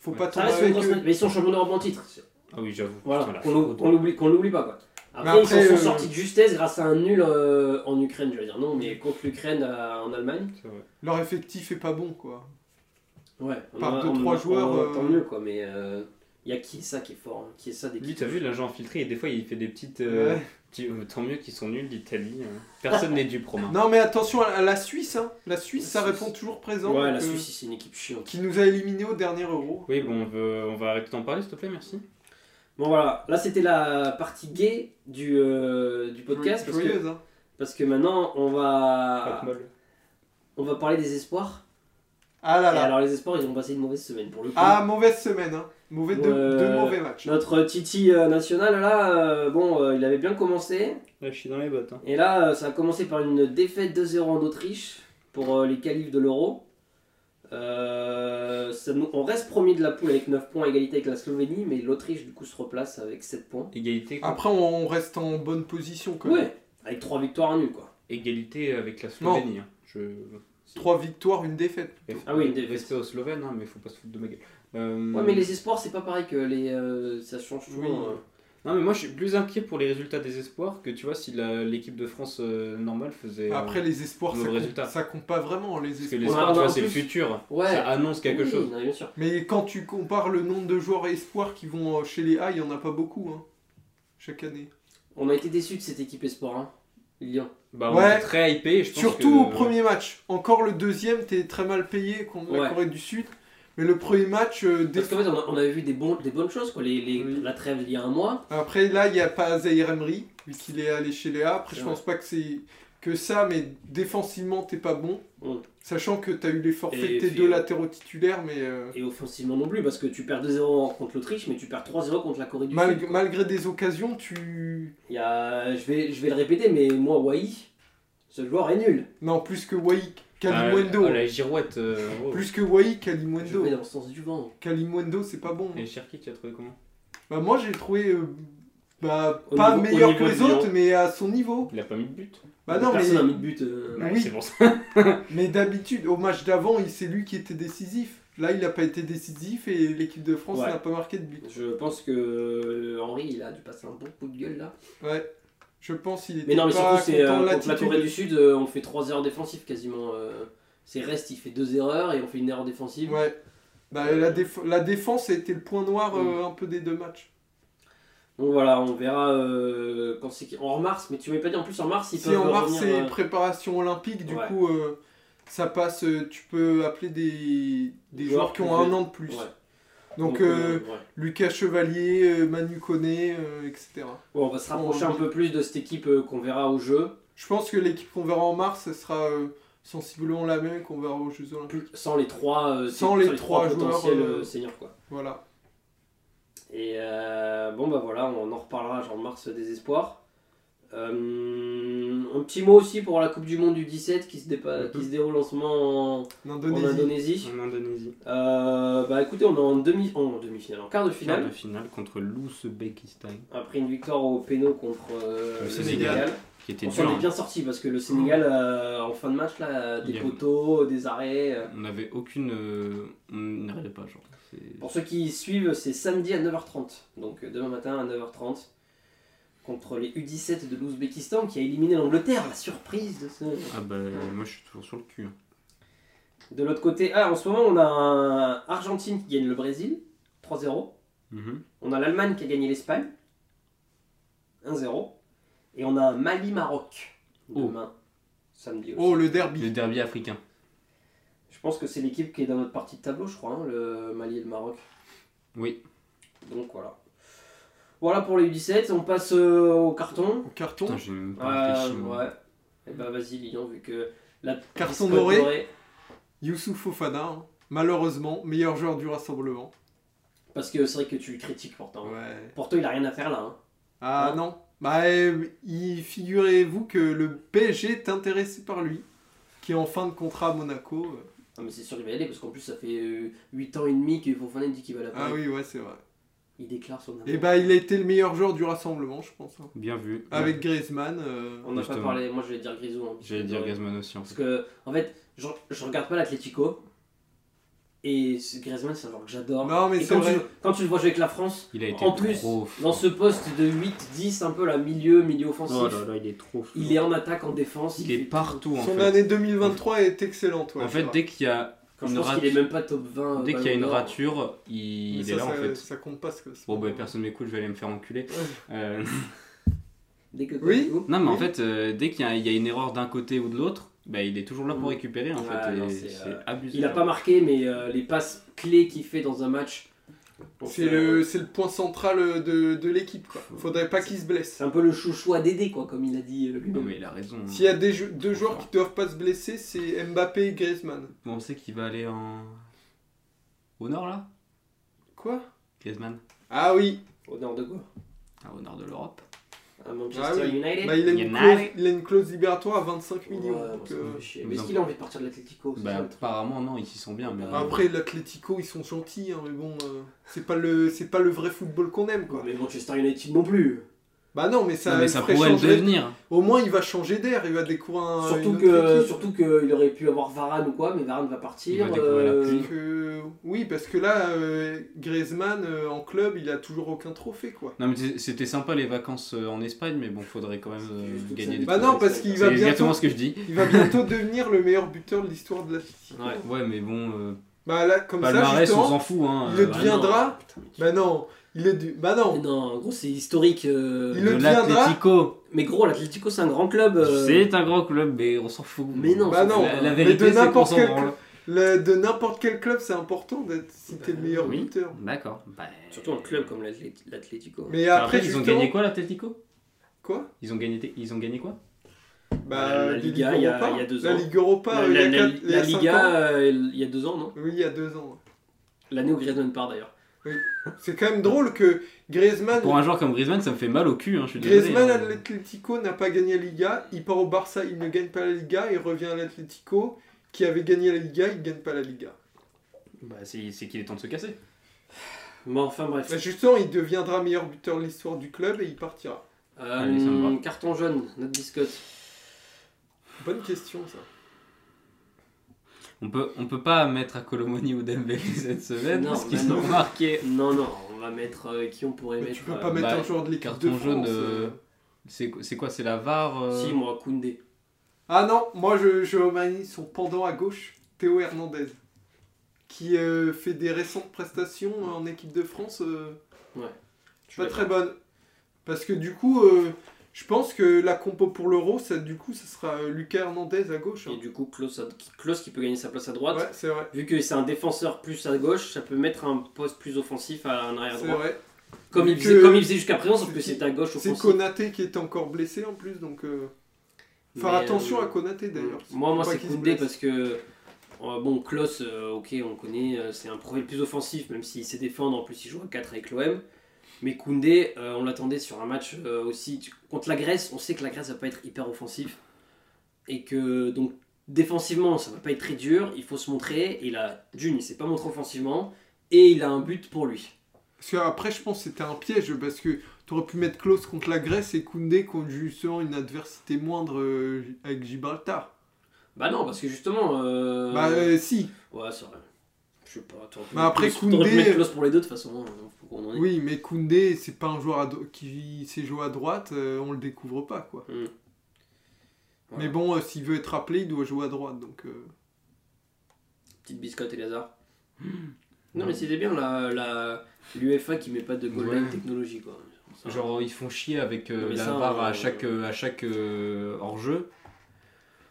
C: Faut pas
A: Ouais.
B: Ça
C: tomber
B: reste une
C: avec
B: grosse
C: eux.
B: nation, Mais ils sont champions d'Europe en titre.
A: Ah oui, j'avoue. putain,
B: Voilà,
A: la
B: qu'on
A: faute.
B: l'ou- qu'on l'oublie qu'on l'oublie pas quoi. Après,
C: Mais
B: ils
C: après,
B: s'en sont
C: euh,
B: sortis de justesse grâce à un nul euh, en Ukraine, je veux dire. Non, mais contre l'Ukraine euh, en Allemagne.
A: C'est vrai.
C: Leur effectif est pas bon, quoi.
B: Ouais, on
C: Par
B: a-
C: deux,
B: on-
C: trois
B: on-
C: joueurs,
B: on-
C: euh,
B: Tant mieux quoi, mais euh, il y a qui ça qui est fort hein, Qui est ça des
A: Lui, t'as vu, l'agent infiltré, et des fois, il fait des petites. euh,
C: Ouais.
A: petits- euh, tant mieux qu'ils sont nuls, l'Italie. euh. Personne n'est dupes, Romain.
C: Non, mais attention à la Suisse. Hein. La Suisse,
B: La
C: ça
B: Suisse.
C: répond toujours présent.
B: Ouais, la
C: donc, euh,
B: Suisse, c'est une équipe chiante.
C: Qui nous a éliminés au dernier Euro.
A: Oui, bon, on, veut- on va arrêter d'en parler, s'il te plaît, merci.
B: Bon voilà, là c'était la partie gay du, euh, du podcast parce que,
C: Joyeuse, hein.
B: parce que maintenant on
A: Pas
B: va,
A: de molle.
B: on va parler des espoirs.
C: Ah là
B: Et
C: là.
B: alors les espoirs, ils ont passé une mauvaise semaine pour le coup.
C: Ah, mauvaise semaine. Hein. Mauvais deux,
B: Ouais.
C: deux mauvais matchs.
B: Notre Titi euh, national là, euh, bon, euh, il avait bien commencé.
A: Là, je suis dans les bottes. hein.
B: Et là, euh, ça a commencé par une défaite 2-0 en Autriche pour euh, les qualifs de l'Euro. Euh, ça nous- on reste premier de la poule avec 9 points, égalité avec la Slovénie, mais l'Autriche du coup se replace avec 7 points.
A: Égalité, quoi.
C: Après, on reste en bonne position quand même.
B: Ouais, avec 3 victoires à nul quoi.
A: Égalité avec la Slovénie. hein. Je...
C: Trois victoires, une défaite. plutôt.
B: Ah oui, une défaite.
A: respect aux Slovènes, hein, mais faut pas se foutre de ma gueule. Euh,
B: Ouais, mais les espoirs c'est pas pareil que les. euh, ça change
C: Hmm. Oui.
B: souvent. euh.
A: Non, mais moi je suis plus inquiet pour les résultats des espoirs que tu vois si la- l'équipe de France euh, normale faisait. euh,
C: Après, les espoirs,
A: le
C: ça compte,
A: résultat.
C: ça compte pas vraiment, les
A: parce que
C: espoirs.
A: les
B: Ouais,
A: espoirs, tu
B: ouais,
A: vois,
B: en
A: c'est le
B: plus.
A: futur.
B: Ouais.
A: Ça annonce quelque
B: Oui,
A: chose.
B: non, bien sûr.
C: Mais quand tu compares le nombre de joueurs espoirs qui vont euh, chez les A, il y en a pas beaucoup, hein, chaque année.
B: On a été déçus de cette équipe espoir, hein. Lyon.
A: Bah, on
C: Ouais.
A: est très hypé. Je pense
C: Surtout
A: que-
C: au premier match. Encore le deuxième, t'es très mal payé contre la
B: Ouais.
C: Corée du Sud. Mais le premier match, euh, dès-
B: Parce qu'en fait, on, a- on avait vu des, bons, des bonnes choses, quoi. Les, les-
C: Oui.
B: La trêve il y a un mois.
C: après là, il n'y a pas Zahir Emery, vu qu'il est allé chez les A. Après, je
B: C'est
C: pense pas que c'est que ça, mais défensivement, t'es pas bon.
B: Mm.
C: Sachant que t'as eu les forfaits
B: Et
C: de tes
B: puis,
C: deux
B: euh,
C: latéraux titulaires, mais euh,
B: Et offensivement non plus, parce que tu perds 2-0 contre l'Autriche, mais tu perds 3-0 contre la Corée du
C: mal-
B: Sud. quoi.
C: malgré des occasions, tu.
B: Il y a, je, vais, je vais le répéter, mais moi, Wai, ce joueur est nul.
C: Non, plus que Waik,
A: Ah,
C: Kalimwendo.
A: ah, la girouette. euh, oh.
C: Plus que Waik,
B: Je
C: Kalimwendo.
B: vais dans le sens du vent.
C: Kalimwendo, c'est pas bon.
A: Et Cherki, tu as trouvé comment
C: Bah moi j'ai trouvé euh, bah,
B: Au
C: pas
B: niveau- au
C: meilleur que
B: niveau
C: les
B: de Lyon.
C: autres mais à son niveau.
A: Il a pas mis de but.
C: Bah non
B: Personne n'a
C: mais,
B: mis de but. euh,
C: Ouais. Oui.
A: C'est pour ça.
C: mais d'habitude au match d'avant il- c'est lui qui était décisif. Là il n'a pas été décisif et l'équipe de France
B: Ouais.
C: n'a pas marqué de but.
B: Je pense que euh, Henri, il a dû passer un bon coup de gueule là.
C: Ouais. Je pense qu'il était
B: Mais non, mais
C: pas
B: surtout, c'est euh,
C: content de
B: contre la
C: l'attitude.
B: Corée du Sud, euh, on fait 3 erreurs défensives quasiment. euh, c'est reste, il fait 2 erreurs et on fait une erreur défensive.
C: Ouais. Bah, la, déf- la défense a été le point noir
B: Mm.
C: euh, un peu des deux matchs.
B: Donc voilà, on verra euh, quand c'est en mars. Mais tu m'avais pas dit en plus en mars, ils
C: Si
B: peuvent
C: en mars
B: revenir,
C: c'est
B: euh,
C: préparation olympique, du
B: Ouais.
C: coup euh, ça passe, euh, tu peux appeler des, des
B: Joueurs
C: joueurs qui ont
B: plus
C: un
B: de-
C: an de plus.
B: ouais.
C: Donc, euh,
B: euh, ouais.
C: Lucas Chevalier, euh, Manu Koné, euh, etc.
B: Bon, on va se rapprocher
C: on-
B: un peu plus de cette équipe euh, qu'on verra au jeu.
C: Je pense que l'équipe qu'on verra en mars, ce sera euh, sensiblement la même qu'on verra aux Jeux Olympiques.
B: Plus- sans les trois, euh,
C: Sans les trois joueurs,
B: potentiels
C: euh,
B: euh, seniors quoi.
C: Voilà.
B: Et euh, bon bah voilà, on en reparlera genre mars des espoirs. Euh, un petit mot aussi pour la Coupe du Monde du 17 qui se, dépa- qui se déroule en ce moment en-
C: En
B: en,
C: Mhm. Indonésie. Mhm.
B: Indonésie.
A: En Indonésie.
B: Euh, bah écoutez, on est en demi, en demi-finale, en quart de
A: Finale
B: finale.
A: de finale contre l'Ouzbékistan.
B: Après une victoire au péno contre euh,
A: Le
B: le
A: Sénégal.
B: Sénégal.
A: Qui était
B: On s'en
A: dur. hein.
B: est bien sorti parce que le Sénégal euh, en fin de match là, euh,
A: Il
B: des
A: y avait-
B: poteaux, des arrêts. euh.
A: hein. On n'avait aucune. euh, on n'arrivait pas, genre. C'est-
B: Pour ceux qui suivent, c'est samedi à 9h30. Donc euh, demain matin à 9h30 contre les U17 de l'Ouzbékistan qui a éliminé l'Angleterre, la surprise de ce...
A: Ah bah, moi je suis toujours sur le cul. hein.
B: De l'autre côté, ah, en ce moment on a un Argentine qui gagne le Brésil, 3-0.
A: Mhm.
B: On a l'Allemagne qui a gagné l'Espagne, 1-0. Et on a un Mali-Maroc demain, samedi aussi.
C: Oh, le derby.
A: Le derby africain.
B: Je pense que c'est l'équipe qui est dans notre partie de tableau, je crois, hein, le Mali et le Maroc.
A: Oui.
B: Donc voilà. Voilà pour les U17, on passe euh, au carton.
C: Au carton.
A: Putain, j'ai même pas
B: Euh,
A: réfléchi. moi.
B: ouais. Et bah vas-y Lyon, vu que la
C: Carton
B: discote
C: doré. Youssouf Fofana, hein. malheureusement, meilleur joueur du rassemblement.
B: Parce que c'est vrai que tu le critiques pourtant.
C: Ouais.
B: Pourtant il a rien à faire là. hein.
C: Ah
B: Ouais.
C: non. Bah, euh, il- figurez-vous que le PSG est intéressé par lui, qui est en fin de contrat à Monaco. euh.
B: Non, mais c'est sûr qu'il va y aller parce qu'en plus ça fait 8 ans et demi que Fofana dit qu'il va la
C: Ah oui, ouais, c'est vrai.
B: Il déclare son
C: Et bah, il a été le meilleur joueur du rassemblement, je pense. hein.
A: Bien vu.
C: Avec Griezmann. euh,
B: On n'a pas
A: Justement.
B: parlé, moi je vais dire Grisou. hein, parce
A: J'allais
B: que-
A: dire Gazman aussi en
B: Parce
A: fait.
B: que en fait, je, je regarde pas l'Atlético. Et ce- Griezmann c'est un joueur que j'adore.
C: Non, mais
B: Et
C: c'est
B: quand
C: vrai.
B: tu, quand tu le vois jouer avec la France,
A: Il a été
B: en plus,
A: trop fort.
B: dans ce poste de 8-10, un peu la milieu, milieu offensif,
A: Oh là là, il est trop fort.
B: il est en attaque, en défense.
A: Il est partout en
C: Son
A: fait.
C: année 2023 est excellente. ouais,
A: En
C: c'est
A: fait,
C: vrai.
A: dès qu'il y a
B: Quand je
A: une
B: pense
A: rate-
B: qu'il est même pas top 20.
A: dès qu'il y a
B: Ballon
A: une
B: d'Or.
A: rature, il,
C: Mais
A: il
C: ça,
A: est là en
C: ça,
A: fait.
C: ça compte pas ce que c'est.
A: Bon bah personne m'écoute, je vais aller me faire enculer. Euh,
B: Dès que
C: Oui.
B: du coup.
A: non mais en
C: Oui.
A: fait, euh, dès qu'il y, a- il y a une erreur d'un côté ou de l'autre, bah, il est toujours là
B: Mm.
A: pour récupérer en
B: Ouais,
A: fait. et
B: non, c'est,
A: c'est
B: euh,
A: abusé.
B: Il a pas marqué, mais euh, les passes clés qu'il fait dans un match. euh,
C: C'est
A: euh,
C: le, c'est le point central euh, de, de l'équipe. Quoi. Faudrait pas qu'il se blesse.
B: C'est un peu le chouchou à Dédé, quoi, comme il a dit euh,
A: Non
C: Mm.
B: lui-même.
A: mais il a raison. hein.
C: S'il y a des jeux- deux joueurs qui doivent pas se blesser, c'est Mbappé et Griezmann.
A: Vous pensez qu'il va aller en... Au nord là
C: Quoi
A: Griezmann
C: Ah oui,
B: Au nord de quoi
A: Ah, Au nord de l'Europe.
B: À Manchester
C: Ah oui.
B: United
C: Bah, il, a une
A: United.
C: clause, il a une clause libératoire à 25 millions.
B: Ouais,
C: donc,
B: ça me
C: euh,
B: fait chier.
A: nous
B: Mais est-ce
A: en-
B: qu'il a envie de partir de l'Atlético
C: Oh,
B: c'est
A: Bah
B: ça, le truc
A: apparemment non, ils s'y sont bien mais...
B: Bah,
C: Après, l'Atlético, ils sont gentils, hein, mais bon, euh, c'est, pas le, c'est pas le vrai football qu'on aime. Quoi.
B: Mais Manchester United non plus.
C: Bah non, mais ça,
E: Non, mais ça
C: ferait
E: pourrait le
C: changer-
E: devenir.
C: Au moins, il va changer d'air, il va découvrir un.
B: Surtout
C: une
B: que euh,
C: autre équipe.
B: surtout qu'il aurait pu avoir Varane ou quoi, mais Varane va
A: Il
B: partir. euh,
A: va découvrir la pluie.
C: Que- Oui, parce que là, euh, Griezmann, euh, en club, il a toujours aucun trophée, quoi.
A: Non, mais c'est- c'était sympa les vacances euh, en Espagne, mais bon, faudrait quand même euh,
B: Juste que
A: gagner
B: ça-
A: des
C: Bah
A: trucs.
C: non, parce qu'il
A: C'est
C: va bientôt-
A: exactement ce que je dis.
C: Il va bientôt devenir le meilleur buteur de l'histoire de la City.
A: Ouais, ouais, mais bon, euh,
C: Bah là, comme ça,
A: palmarès, on
C: justement.
A: s'en fout. Hein,
C: il le
A: euh,
B: Ah
C: devient- viendra.
B: non, putain, mais tu-
C: Bah non, il est du. Bah
B: Mais
C: non.
B: non, en gros, c'est historique. euh,
C: Il
A: de
C: le deviendra.
A: l'Atlético.
B: Mais gros, l'Atlético, c'est un grand club. euh,
A: C'est un grand club, mais on s'en fout.
B: Mais non,
C: Bah
B: c'est-
C: non.
A: La, la
C: Mais de
A: vérité, c'est qu'on
C: n'importe
A: s'en
C: quel
A: branle.
C: Le- de n'importe quel club, c'est important d'être si t'es le meilleur
E: oui.
C: buteur.
E: D'accord. Bah,
B: Surtout un club comme l'Atlé- l'Atlético.
C: Mais
A: Enfin,
C: après,
A: ils ont
C: justement-
A: gagné quoi, l'Atlético
C: Quoi
A: ils ont gagné, ils ont gagné quoi
C: Bah,
B: La- la
C: des
B: Liga,
C: Ligues
B: il y a-
C: Europa.
B: il y a deux
C: La
B: ans.
C: Ligue Europa,
B: La,
C: euh, il y a
B: la- la-
C: quatre- il y a
B: la
C: cinq ans.
B: Liga, euh, il y a deux ans, non
C: Oui, il y a deux ans.
B: L'année où Griezmann part d'ailleurs.
C: C'est quand même drôle que Griezmann,
A: Pour un joueur comme Griezmann, ça me fait mal au cul. Hein, je suis désolé,
C: Griezmann
A: hein.
C: à l'Atlético n'a pas gagné la Liga, il part au Barça, il ne gagne pas la Liga, il revient à l'Atlético qui avait gagné la Liga, il gagne pas la Liga.
A: Bah, c'est c'est qu'il est temps de se casser.
B: Mais enfin, bref.
C: Bah, justement, il deviendra meilleur buteur de l'histoire du club et il partira.
B: Euh,
A: Allez, ça me
B: carton jaune, notre biscotte.
C: Bonne question ça.
A: On peut, on peut pas mettre à Colomoni ou Dembélé cette semaine
B: Non,
A: parce qu'ils
B: mais
A: ont
B: non.
A: marqué.
B: Non, non, on va mettre euh, qui on pourrait
C: Mais
B: mettre.
C: tu peux
B: euh,
C: pas mettre
A: bah,
C: un joueur de l'équipe
A: carton
C: de
A: jaune,
C: France.
A: euh,
C: euh.
A: C'est c'est quoi C'est la VAR euh,
B: Si, moi, Koundé.
C: Ah non, moi je, je humanise son pendant à gauche, Théo Hernandez, qui euh, fait des récentes prestations en équipe de France euh,
B: Je suis
C: pas
B: d'accord.
C: très bonnes. Parce que du coup, euh, je pense que la compo pour l'Euro, ça du coup, ça sera euh, Lucas Hernandez à gauche. hein.
B: Et du coup, Klaus, a- qui- Klaus qui peut gagner sa place à droite.
C: Ouais, c'est vrai.
B: Vu que c'est un défenseur plus à gauche, ça peut mettre un poste plus offensif à un arrière
C: C'est
B: droit.
C: vrai.
B: Comme il
C: Que-
B: faisait, comme il faisait jusqu'à présent, sauf
C: c'est-
B: que c'était à gauche
C: C'est
B: offensif.
C: Konaté qui est encore blessé en plus, donc euh, faire
B: Mais,
C: attention
B: euh,
C: à Konaté d'ailleurs.
B: Moi, moi
C: Faut pas
B: c'est
C: qu'il se
B: Koundé
C: blesse.
B: parce que. euh, bon, Klaus, euh, ok, on connaît, euh, c'est un profil plus offensif, même s'il sait défendre, en plus il joue à 4 avec l'OM. Mais Koundé, euh, on l'attendait sur un match euh, aussi. tu- Contre la Grèce, on sait que la Grèce va pas être hyper offensif. Et que, donc, défensivement, ça va pas être très dur, il faut se montrer. Il a, d'une, il s'est pas montré offensivement, et il a un but pour lui.
C: Parce que après, je pense que c'était un piège parce que t'aurais pu mettre Klaus contre la Grèce et Koundé contre justement une adversité moindre euh, avec Gibraltar.
B: Bah non, parce que justement. euh,
C: Bah euh, si,
B: Ouais, c'est vrai. Je sais pas, t'aurais pu
C: Bah
B: mettre
C: après,
B: Klose- t'aurais pu
C: Koundé-
B: mettre Klose pour les deux, de toute façon, hein, faut qu'on en ait.
C: oui, mais Koundé, c'est pas un joueur à do- qui sait jouer à droite, euh, on le découvre pas quoi.
B: Mm. Voilà.
C: Mais bon, euh, s'il veut être appelé, il doit jouer à droite donc. euh,
B: Petite biscotte et Lazare. Non, mais c'était bien la, la, l'UFA qui met pas de goal line
A: Ouais.
B: technologie, quoi. Ça-
A: Genre, ils font chier avec euh,
B: Non, mais
A: la
B: ça,
A: VAR
B: euh,
A: à chaque, euh, à chaque euh, hors-jeu.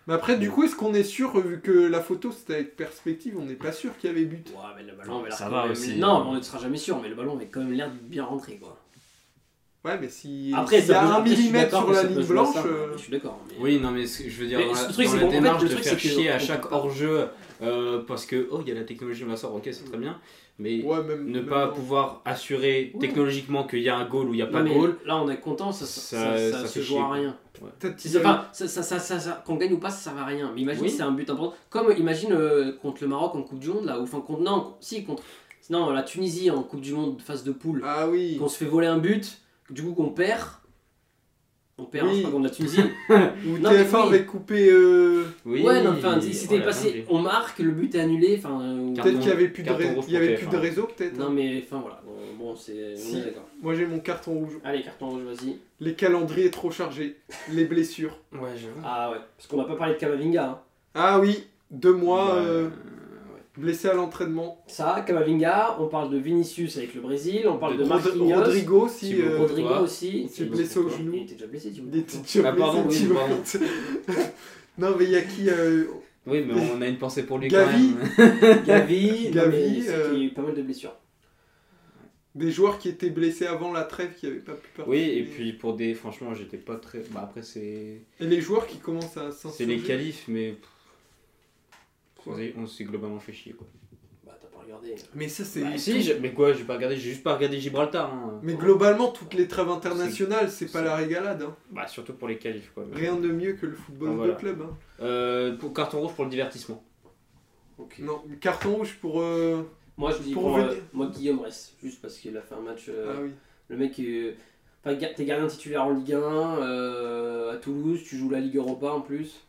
C: Mais après,
B: Mm.
C: du coup, est-ce qu'on est sûr, euh, vu que la photo c'était avec perspective, on n'est pas sûr qu'il y avait but
B: Ouais, mais le ballon avait l'air
A: Ça
B: quand
A: va
B: même-
A: aussi. euh.
B: Non, mais on ne sera jamais sûr, mais le ballon avait quand même l'air de bien rentré, quoi.
C: Ouais, mais si.
B: Après,
C: s'il y
B: ça
C: a
B: peut-
C: un
B: après, je suis
C: millimètre
B: d'accord
C: sur
B: que
C: la
B: ça peut
C: ligne
B: jouer à ça,
C: blanche. euh,
B: Je suis d'accord, mais...
A: Oui, dans les- je veux dire,
B: Mais
A: dans
B: ce
A: la,
B: truc,
A: dans
B: c'est
A: la
B: qu'en fait,
A: démarche
B: le
A: de
B: truc,
A: faire
B: c'est que-
A: chier à chaque hors-jeu euh, parce que, oh, il y a la technologie, on la sort, ok, c'est très bien. Mais
C: Ouais, même.
A: ne
C: même
A: pas
C: en-
A: pouvoir assurer
B: Ouais.
A: technologiquement qu'il y a un goal ou il n'y a
B: Non,
A: pas de
B: mais
A: goal.
B: Là, on est content, ça, ça,
A: Ça-
B: ça- ça
A: ça
B: se
A: fait
B: joue
A: chier,
B: à
A: quoi.
B: rien.
C: Peut-être
B: Si
C: qu'il y
B: c'est
C: a
B: pas, ça, ça, ça, ça, ça- qu'on gagne ou pas, ça sert à rien. Mais imagine,
A: Oui.
B: c'est un but important. Comme imagine euh, contre le Maroc en Coupe du Monde, là, ou enfin contre. Non, si, contre. Non, la Tunisie en Coupe du Monde, phase de poule.
C: eu- Ah oui.
B: qu'on se fait voler un but, du coup qu'on perd. On perd,
C: Oui.
B: je crois, contre la Tunisie.
C: Ou
B: Non, mais
C: TF1
B: oui.
C: avait coupé. euh,
A: Oui,
B: ouais, non, enfin, si c'était
A: Oh la
B: passé,
A: dinguerie.
B: on marque, le but est annulé, enfin. euh,
A: Carton-
C: Peut-être qu'il n'y avait plus de,
A: carton
C: ré-
A: rouge
C: il y avait
A: pour
C: plus de
A: TF1.
C: réseau, peut-être.
B: Non, mais enfin voilà, bon, bon, c'est. On
C: Si.
B: est d'accord.
C: Moi j'ai mon carton rouge.
B: Allez, carton rouge, vas-y.
C: Les calendriers trop chargés. les blessures.
A: Ouais, j'avoue.
B: Ah ouais, parce qu'on n'a pas parlé de Kamavinga. hein.
C: Ah oui, deux mois
A: Bah,
C: euh, blessés à l'entraînement.
B: Ça, Kamavinga, on parle de Vinicius avec le Brésil, on parle de,
A: De
C: Rod-
B: Marquinhos.
C: Rodrigo, si.
A: Thibaut
C: euh,
B: Rodrigo
A: Courtois.
B: aussi.
C: s'il est
A: Thibaut
C: blessé au
A: Courtois.
B: Il
C: genou.
B: était déjà blessé, Thibaut.
C: Il était déjà
A: Ah, pardon,
C: blessé,
A: oui, pardon.
C: Thibaut. Non, mais il y a qui euh,
A: Oui, mais on a une pensée pour lui
C: Gavi.
A: quand même.
B: Gavi,
C: Gavi,
B: Gavi il
C: euh,
B: y a eu pas mal de blessures.
C: Des joueurs qui étaient blessés avant la trêve qui n'avaient pas pu partir.
A: Oui, et puis pour des. Franchement, j'étais pas très. Bah, après, c'est.
C: Et les joueurs qui commencent à s'insurger.
A: C'est les qualifs, mais. pff,
C: Quoi
A: on s'est- On s'est globalement fait chier, quoi.
B: Bah, t'as pas regardé.
C: Mais ça, c'est.
A: Bah, si, j'ai- mais quoi, j'ai pas regardé, j'ai juste pas regardé Gibraltar. hein.
C: Mais globalement, toutes les trêves internationales, c'est pas la régalade. hein.
A: Bah, surtout pour les qualifs, quoi.
C: Rien de mieux que le football
A: Ah, voilà.
C: de club. hein.
A: Euh, pour carton rouge pour le divertissement.
B: Ok.
C: Non, carton rouge pour. euh,
B: Moi, je dis
C: Mm. Pour
B: pour,
C: revenir-
B: euh, moi Guillaume reste, juste parce qu'il a fait un match. euh,
C: Ah oui.
B: Le mec, euh, enfin, Enfin, ga- T'es gardien titulaire en Ligue 1, euh, à Toulouse, tu joues la Ligue Europa en plus.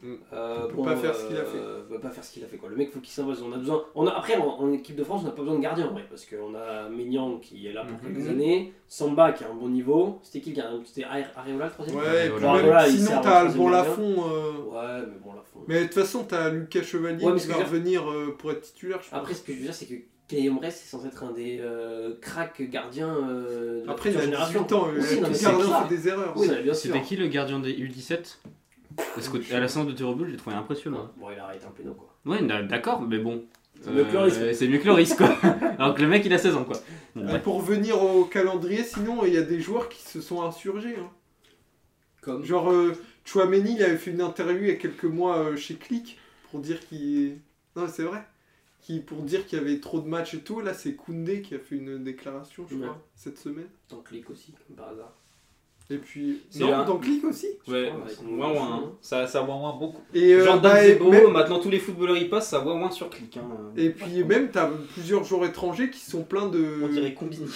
C: Mm.
B: Euh,
C: Il peut pas faire ce qu'il a fait.
B: euh, peut pas faire ce qu'il a fait quoi. Le mec faut qu'il s'invente. On a besoin. On a, après en, en équipe de France on n'a pas besoin de gardien en vrai parce qu'on a Maignan qui est là pour
C: Mm-hmm.
A: Mhm.
B: quelques années, Samba qui a un bon niveau. C'était qui le gardien C'était Are- Areola le troisième.
C: Ouais, et puis
A: Voilà,
C: même-
B: voilà, il sert
C: sinon
B: en
C: t'as
B: troisième
C: Alban
B: gardien.
C: Lafont. euh,
B: Ouais, mais bon là faut.
C: Mais de toute façon, t'as Lucas Chevalier
B: Ouais, mais ce
C: qui
B: que
C: va
B: je veux
C: revenir euh, pour être titulaire, je pense.
B: Après ce que je veux dire c'est que Kylian Brest c'est censé être un des euh, cracks gardiens euh, de la
C: Après, il
B: future
C: a
B: génération.
C: 18 ans, euh,
B: Oui, non, mais
C: tout
B: c'est
C: gardien
B: bizarre.
C: fait des erreurs.
B: Oui, non, mais bien sûr.
A: C'était qui le gardien des U17 Parce qu'à la séance de tir au but, j'ai trouvé
C: hein.
A: impressionnant.
B: Bon, il a arrêté un péno quoi.
A: Ouais, d'a- d'accord, mais bon. Euh,
B: C'est mieux que Loris.
A: C'est mieux que Loris, quoi. Alors que le mec, il a 16 ans, quoi. Bon,
C: Mais
A: bref.
C: Euh, Pour revenir au calendrier, sinon, il y a des joueurs qui se sont insurgés. hein.
B: Comme.
C: Genre, euh, Chouameni, il avait fait une interview il y a quelques mois euh, chez Click pour dire qu'il. Non, c'est vrai. Qui, pour dire qu'il y avait trop de matchs et tout. Là, c'est Koundé qui a fait une déclaration, je
B: Ouais.
C: crois, cette semaine.
B: Tant clic aussi, comme par hasard.
C: Et puis.
E: C'est
C: Non,
E: un-
C: dans Click aussi.
E: Ouais,
B: crois,
E: c'est
B: ouais.
E: moins moins. hein.
A: Ça, ça voit moins beaucoup.
C: Et, euh,
E: Jordan
C: bah, et
E: Zebo,
C: même-
E: maintenant tous les footballeurs y passent, ça voit moins sur clic. hein.
C: Et puis même, t'as plusieurs joueurs étrangers qui sont pleins de...
E: On dirait Combini.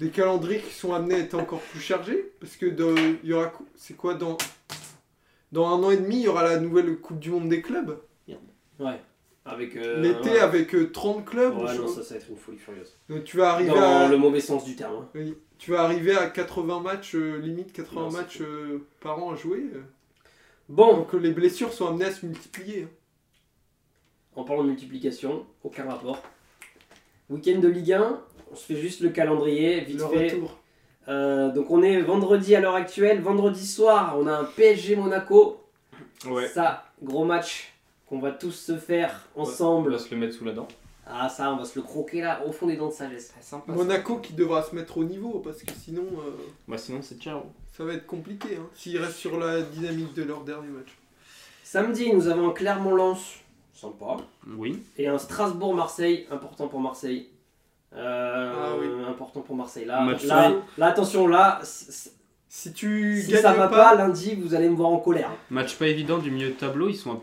C: Des calendriers qui sont amenés à être encore plus chargés. Parce que dans- il y aura... co- C'est quoi dans... Dans un an et demi, il y aura la nouvelle Coupe du Monde des clubs.
B: Ouais. Avec. euh,
C: L'été
B: ouais.
C: avec euh, 30 clubs.
B: Ouais,
C: je-
B: non, ça, ça va être une folie furieuse.
C: Donc tu vas arriver
B: Dans
C: à...
B: le mauvais sens du terme. hein.
C: oui, Tu vas arriver à 80 matchs, euh, limite 80
B: Non, c'est
C: matchs euh, par an à jouer. euh.
B: Bon,
C: Donc euh, les blessures sont amenées à se multiplier. hein.
B: en parlant de multiplication, aucun rapport. Week-end de Ligue 1, on se fait juste le calendrier, vite
C: Le
B: fait.
C: retour.
B: Euh, donc on est vendredi à l'heure actuelle. Vendredi soir, on a un PSG Monaco. Ça, gros match qu'on va tous se faire
A: On
B: ensemble.
A: va se le mettre sous la dent.
B: Ah, ça, on va se le croquer là, au fond des dents de sagesse.
E: sympa.
C: Monaco qui devra se mettre au niveau parce que sinon... euh,
A: Bah, sinon, c'est ciao.
C: Ça va être compliqué hein, s'ils restent sur la dynamique de leur dernier match.
B: Samedi, nous avons un Clermont-Lens. Sympa.
A: Oui.
B: Et un Strasbourg-Marseille, important pour Marseille. Euh,
C: Ah oui.
B: Important pour Marseille. Là,
A: Match
B: là,
C: nul.
B: là, attention, là, c- c-
C: Si tu
B: si
C: gagnes
B: ça va
C: pas,
B: pas, lundi, vous allez me voir en colère.
A: Match pas évident du milieu de tableau, ils sont à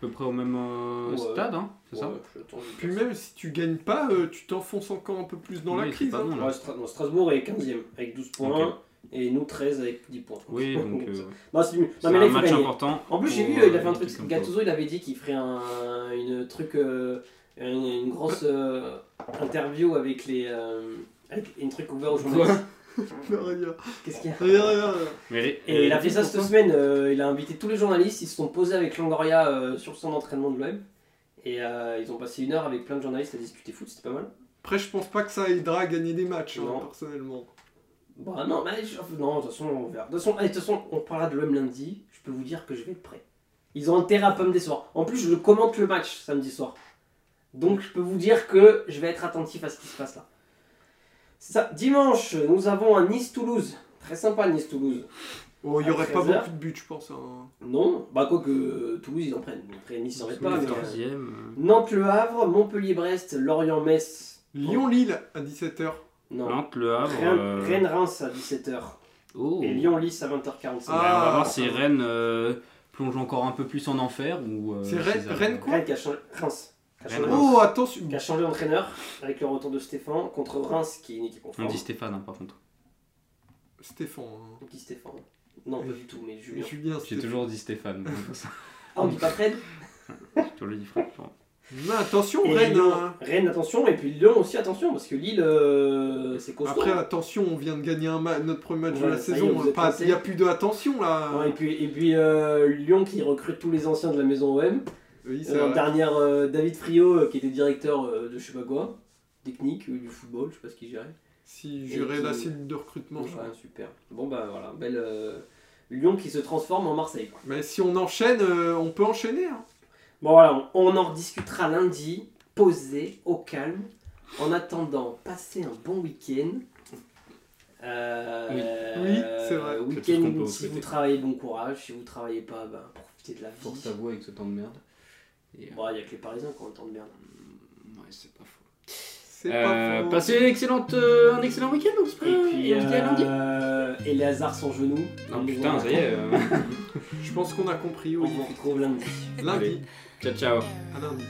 A: peu près au même euh,
B: Ouais.
A: stade, hein, c'est ça
B: Ouais, je t'en-
C: puis même si tu gagnes pas, euh, tu t'enfonces encore un peu plus dans
A: Oui,
C: la
A: c'est
C: crise.
A: pas
C: hein.
A: bon, là.
B: Ouais, Stra- non, Strasbourg est 15ème avec 12 points et nous 13 avec 10 points.
A: Oui, donc euh,
B: Non, c'est mieux. Non,
A: c'est
B: mais là,
A: un
B: il faut
A: match
B: gagner.
A: important.
B: En plus, j'ai
A: pour,
B: vu, il a
A: euh,
B: fait un
A: l'équipe
B: truc.
A: comme
B: Gattuso, il avait dit qu'il ferait un une truc, euh, une, une grosse euh, interview avec les. euh, avec une truc ouvert aux journalistes.
C: Rien,
B: Qu'est-ce qu'il y a
C: rien, rien, rien.
A: toi. Mais-
B: Et il a fait ça cette semaine, euh, il a invité tous les journalistes, ils se sont posés avec Longoria euh, sur son entraînement de l'OM. Et euh, ils ont passé une heure avec plein de journalistes à discuter foot, c'était pas mal.
C: Après, je pense pas que ça aidera à gagner des matchs, hein,
B: Non.
C: personnellement.
B: Bah non, mais je- non, de toute façon, on verra. De toute façon, eh, de toute façon, on parlera de l'OM lundi, je peux vous dire que je vais être prêt. Ils ont intérêt à pas me décevoir. En plus, je commente le match samedi soir. Donc je peux vous dire que je vais être attentif à ce qui se passe là. Ça, dimanche, nous avons un Nice-Toulouse. Très sympa Nice-Toulouse.
C: Oh, il y
B: À
C: aurait pas
B: 13 heures.
C: beaucoup de buts, je pense. hein.
B: Non, bah quoique euh, Toulouse ils en prennent. Donc, Après Nice s'en met pas. mais, euh,
A: 14e, euh,
B: Nantes Le Havre, Montpellier Brest, Lorient Metz.
C: Lyon-Lille à 17h.
B: Non.
A: euh, Nantes, Le Havre.
B: Rennes,
A: euh,
B: Rennes Reims à 17h.
A: oh.
B: Et Lyon Nice à 20h45.
A: Ouais, on va
C: Ah.
A: voir si Rennes euh, plonge encore un peu plus en enfer ou. euh,
C: C'est Rennes-
A: si ça-
C: Rennes quoi
B: Rennes qui a changé. Reims. Qui a
A: Rennes,
B: changé,
A: Reims.
C: Oh, attention.
B: qui a changé d'entraîneur avec le retour de Stéphane contre Reims qui est une équipe en
A: On
B: forme.
A: dit Stéphane, hein, par contre.
C: Stéphane. hein.
B: Qui Stéphane Non,
A: Euh.
B: pas du tout, mais Julien.
C: Julien,
A: J'ai
C: Stéphane.
A: toujours dit Stéphane. J'ai
B: Ah, on dit pas Rennes
A: toujours le dit Fred. pardon.
C: Mais attention,
A: Oh,
B: Et
C: Rennes.
B: Lyon.
C: hein.
B: Rennes, attention. Et puis Lyon aussi, attention, parce que Lille, euh, c'est costaud.
C: Après,
B: hein.
C: attention, on vient de gagner un ma- notre premier match de
B: Ouais,
C: la
B: ça y est,
C: saison.
B: vous êtes
C: pas-
B: passé.
C: Il n'y a plus de attention là.
B: Ouais, Hein, et puis, et puis euh, Lyon qui recrute tous les anciens de la maison OM.
C: Oui, c'est
B: Euh,
C: vrai.
B: dernière, euh, David Frio, euh, qui était directeur euh, de je sais pas quoi, technique, euh, du football, je sais pas ce qu'il gérait.
C: Si
B: Et
C: j'aurais
B: qui-
C: la cellule de recrutement, je
B: Ouais, super. Bon, bah voilà, belle. euh, Lyon qui se transforme en Marseille. quoi.
C: Mais si on enchaîne, euh, on peut enchaîner. hein.
B: Bon, voilà, on, on en rediscutera lundi, posé, au calme. En attendant, passez un bon week-end. Euh,
C: Oui. Oui, c'est vrai.
A: C'est tout ce qu'on peut
B: Week-end,
A: vous
B: si vous
A: souhaiter.
B: travaillez, bon courage. Si vous travaillez pas, bah, profitez de la vie.
A: Force à vous avec ce temps de merde. Et, euh,
B: Bon, il y a que les Parisiens qui ont le temps de merde.
A: ouais, c'est pas faux.
C: C'est
A: Euh,
C: pas faux.
A: passez une excellente, euh, un excellent week-end, on se
B: Et
A: prend,
B: puis,
A: et on se dit à lundi.
B: euh, et les hasards sans genoux.
A: Non, Ah, putain, ça y est. euh,
C: Je pense qu'on a compris,
B: On vous
C: Olivier.
B: retrouve lundi.
C: Lundi.
A: Allez. ciao, ciao.
C: À lundi.